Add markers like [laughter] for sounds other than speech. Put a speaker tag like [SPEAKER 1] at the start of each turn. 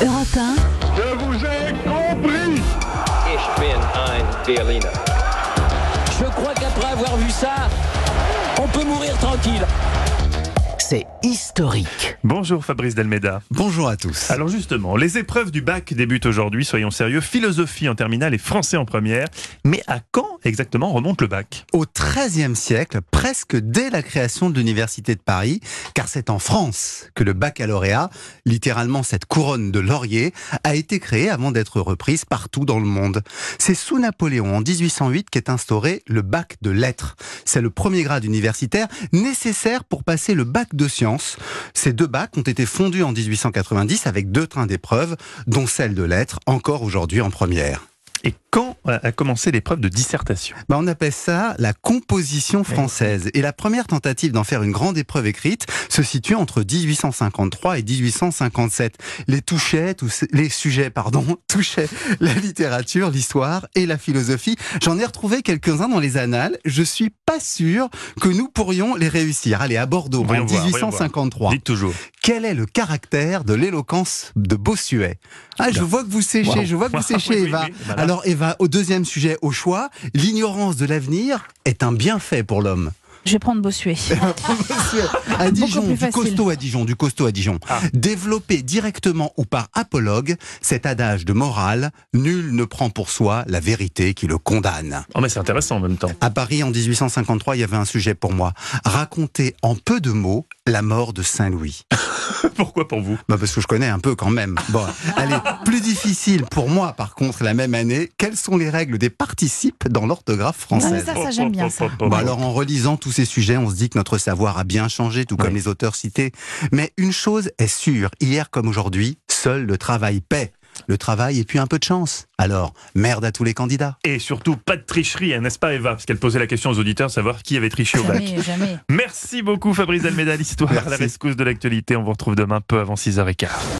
[SPEAKER 1] Europe 1.
[SPEAKER 2] Je vous ai compris
[SPEAKER 3] Ich bin ein Berliner.
[SPEAKER 4] Je crois qu'après avoir vu ça, on peut mourir tranquille.
[SPEAKER 5] C'est historique.
[SPEAKER 6] Bonjour Fabrice Delmeda.
[SPEAKER 5] Bonjour à tous.
[SPEAKER 6] Alors justement, les épreuves du bac débutent aujourd'hui, soyons sérieux, philosophie en terminale et français en première. Mais à quand exactement remonte le bac
[SPEAKER 5] Au XIIIe siècle, presque dès la création de l'Université de Paris, car c'est en France que le baccalauréat, littéralement cette couronne de laurier, a été créée avant d'être reprise partout dans le monde. C'est sous Napoléon, en 1808, qu'est instauré le bac de lettres. C'est le premier grade universitaire nécessaire pour passer le bac de sciences. Ces deux bacs ont été fondus en 1890 avec deux trains d'épreuves, dont celle de lettres, encore aujourd'hui en première.
[SPEAKER 6] Et quand a commencé l'épreuve de dissertation
[SPEAKER 5] Bah, on appelle ça la composition française. Et la première tentative d'en faire une grande épreuve écrite se situe entre 1853 et 1857. Les touchets, tous- les sujets, pardon, [laughs] touchaient la littérature, l'histoire et la philosophie. J'en ai retrouvé quelques-uns dans les annales. Je suis pas sûr que nous pourrions les réussir. Allez, à Bordeaux,
[SPEAKER 6] Voyons
[SPEAKER 5] en
[SPEAKER 6] voir, voyons voir.
[SPEAKER 5] 1853.
[SPEAKER 6] Dites toujours.
[SPEAKER 5] Quel est le caractère de l'éloquence de Bossuet Ah, je
[SPEAKER 6] Oula.
[SPEAKER 5] vois que vous séchez,
[SPEAKER 6] Wow.
[SPEAKER 5] je vois que vous
[SPEAKER 6] [laughs]
[SPEAKER 5] séchez,
[SPEAKER 6] Oui, oui,
[SPEAKER 5] Eva.
[SPEAKER 6] oui, voilà.
[SPEAKER 5] Alors, Eva, au deuxième sujet, au choix, l'ignorance de l'avenir est un bienfait pour
[SPEAKER 6] [laughs]
[SPEAKER 5] l'homme.
[SPEAKER 1] Je vais prendre Bossuet.
[SPEAKER 5] À Dijon,
[SPEAKER 1] plus
[SPEAKER 5] du
[SPEAKER 1] facile.
[SPEAKER 5] costaud à Dijon, du costaud à Dijon.
[SPEAKER 6] Ah.
[SPEAKER 5] Développé directement ou par apologue, cet adage de morale, nul ne prend pour soi la vérité qui le condamne.
[SPEAKER 6] Oh mais c'est intéressant en même temps.
[SPEAKER 5] À Paris, en 1853, il y avait un sujet pour moi. Raconter en peu de mots la mort de Saint-Louis.
[SPEAKER 6] [laughs] Pourquoi pour vous
[SPEAKER 5] Bah parce que je connais un peu quand même.
[SPEAKER 1] [laughs]
[SPEAKER 5] Bon, allez, plus difficile pour moi par contre la même année. Quelles sont les règles des participes dans l'orthographe
[SPEAKER 1] Ah, mais
[SPEAKER 5] française
[SPEAKER 1] ça, ça j'aime bien ça.
[SPEAKER 5] Bon, alors en relisant tous ces sujets, on se dit que notre savoir a bien changé, tout comme
[SPEAKER 6] Oui.
[SPEAKER 5] les auteurs cités. Mais une chose est sûre, hier comme aujourd'hui, seul le travail paie. Le travail et puis un peu de chance. Alors, merde à tous les candidats.
[SPEAKER 6] Et surtout, pas de tricherie, hein, n'est-ce pas Eva Parce qu'elle posait la question aux auditeurs, savoir qui avait triché au bac.
[SPEAKER 1] Jamais, jamais.
[SPEAKER 6] Merci beaucoup Fabrice Delmeda, l'histoire, à la
[SPEAKER 5] Merci.
[SPEAKER 6] rescousse de l'actualité. On vous retrouve demain peu avant 6h15.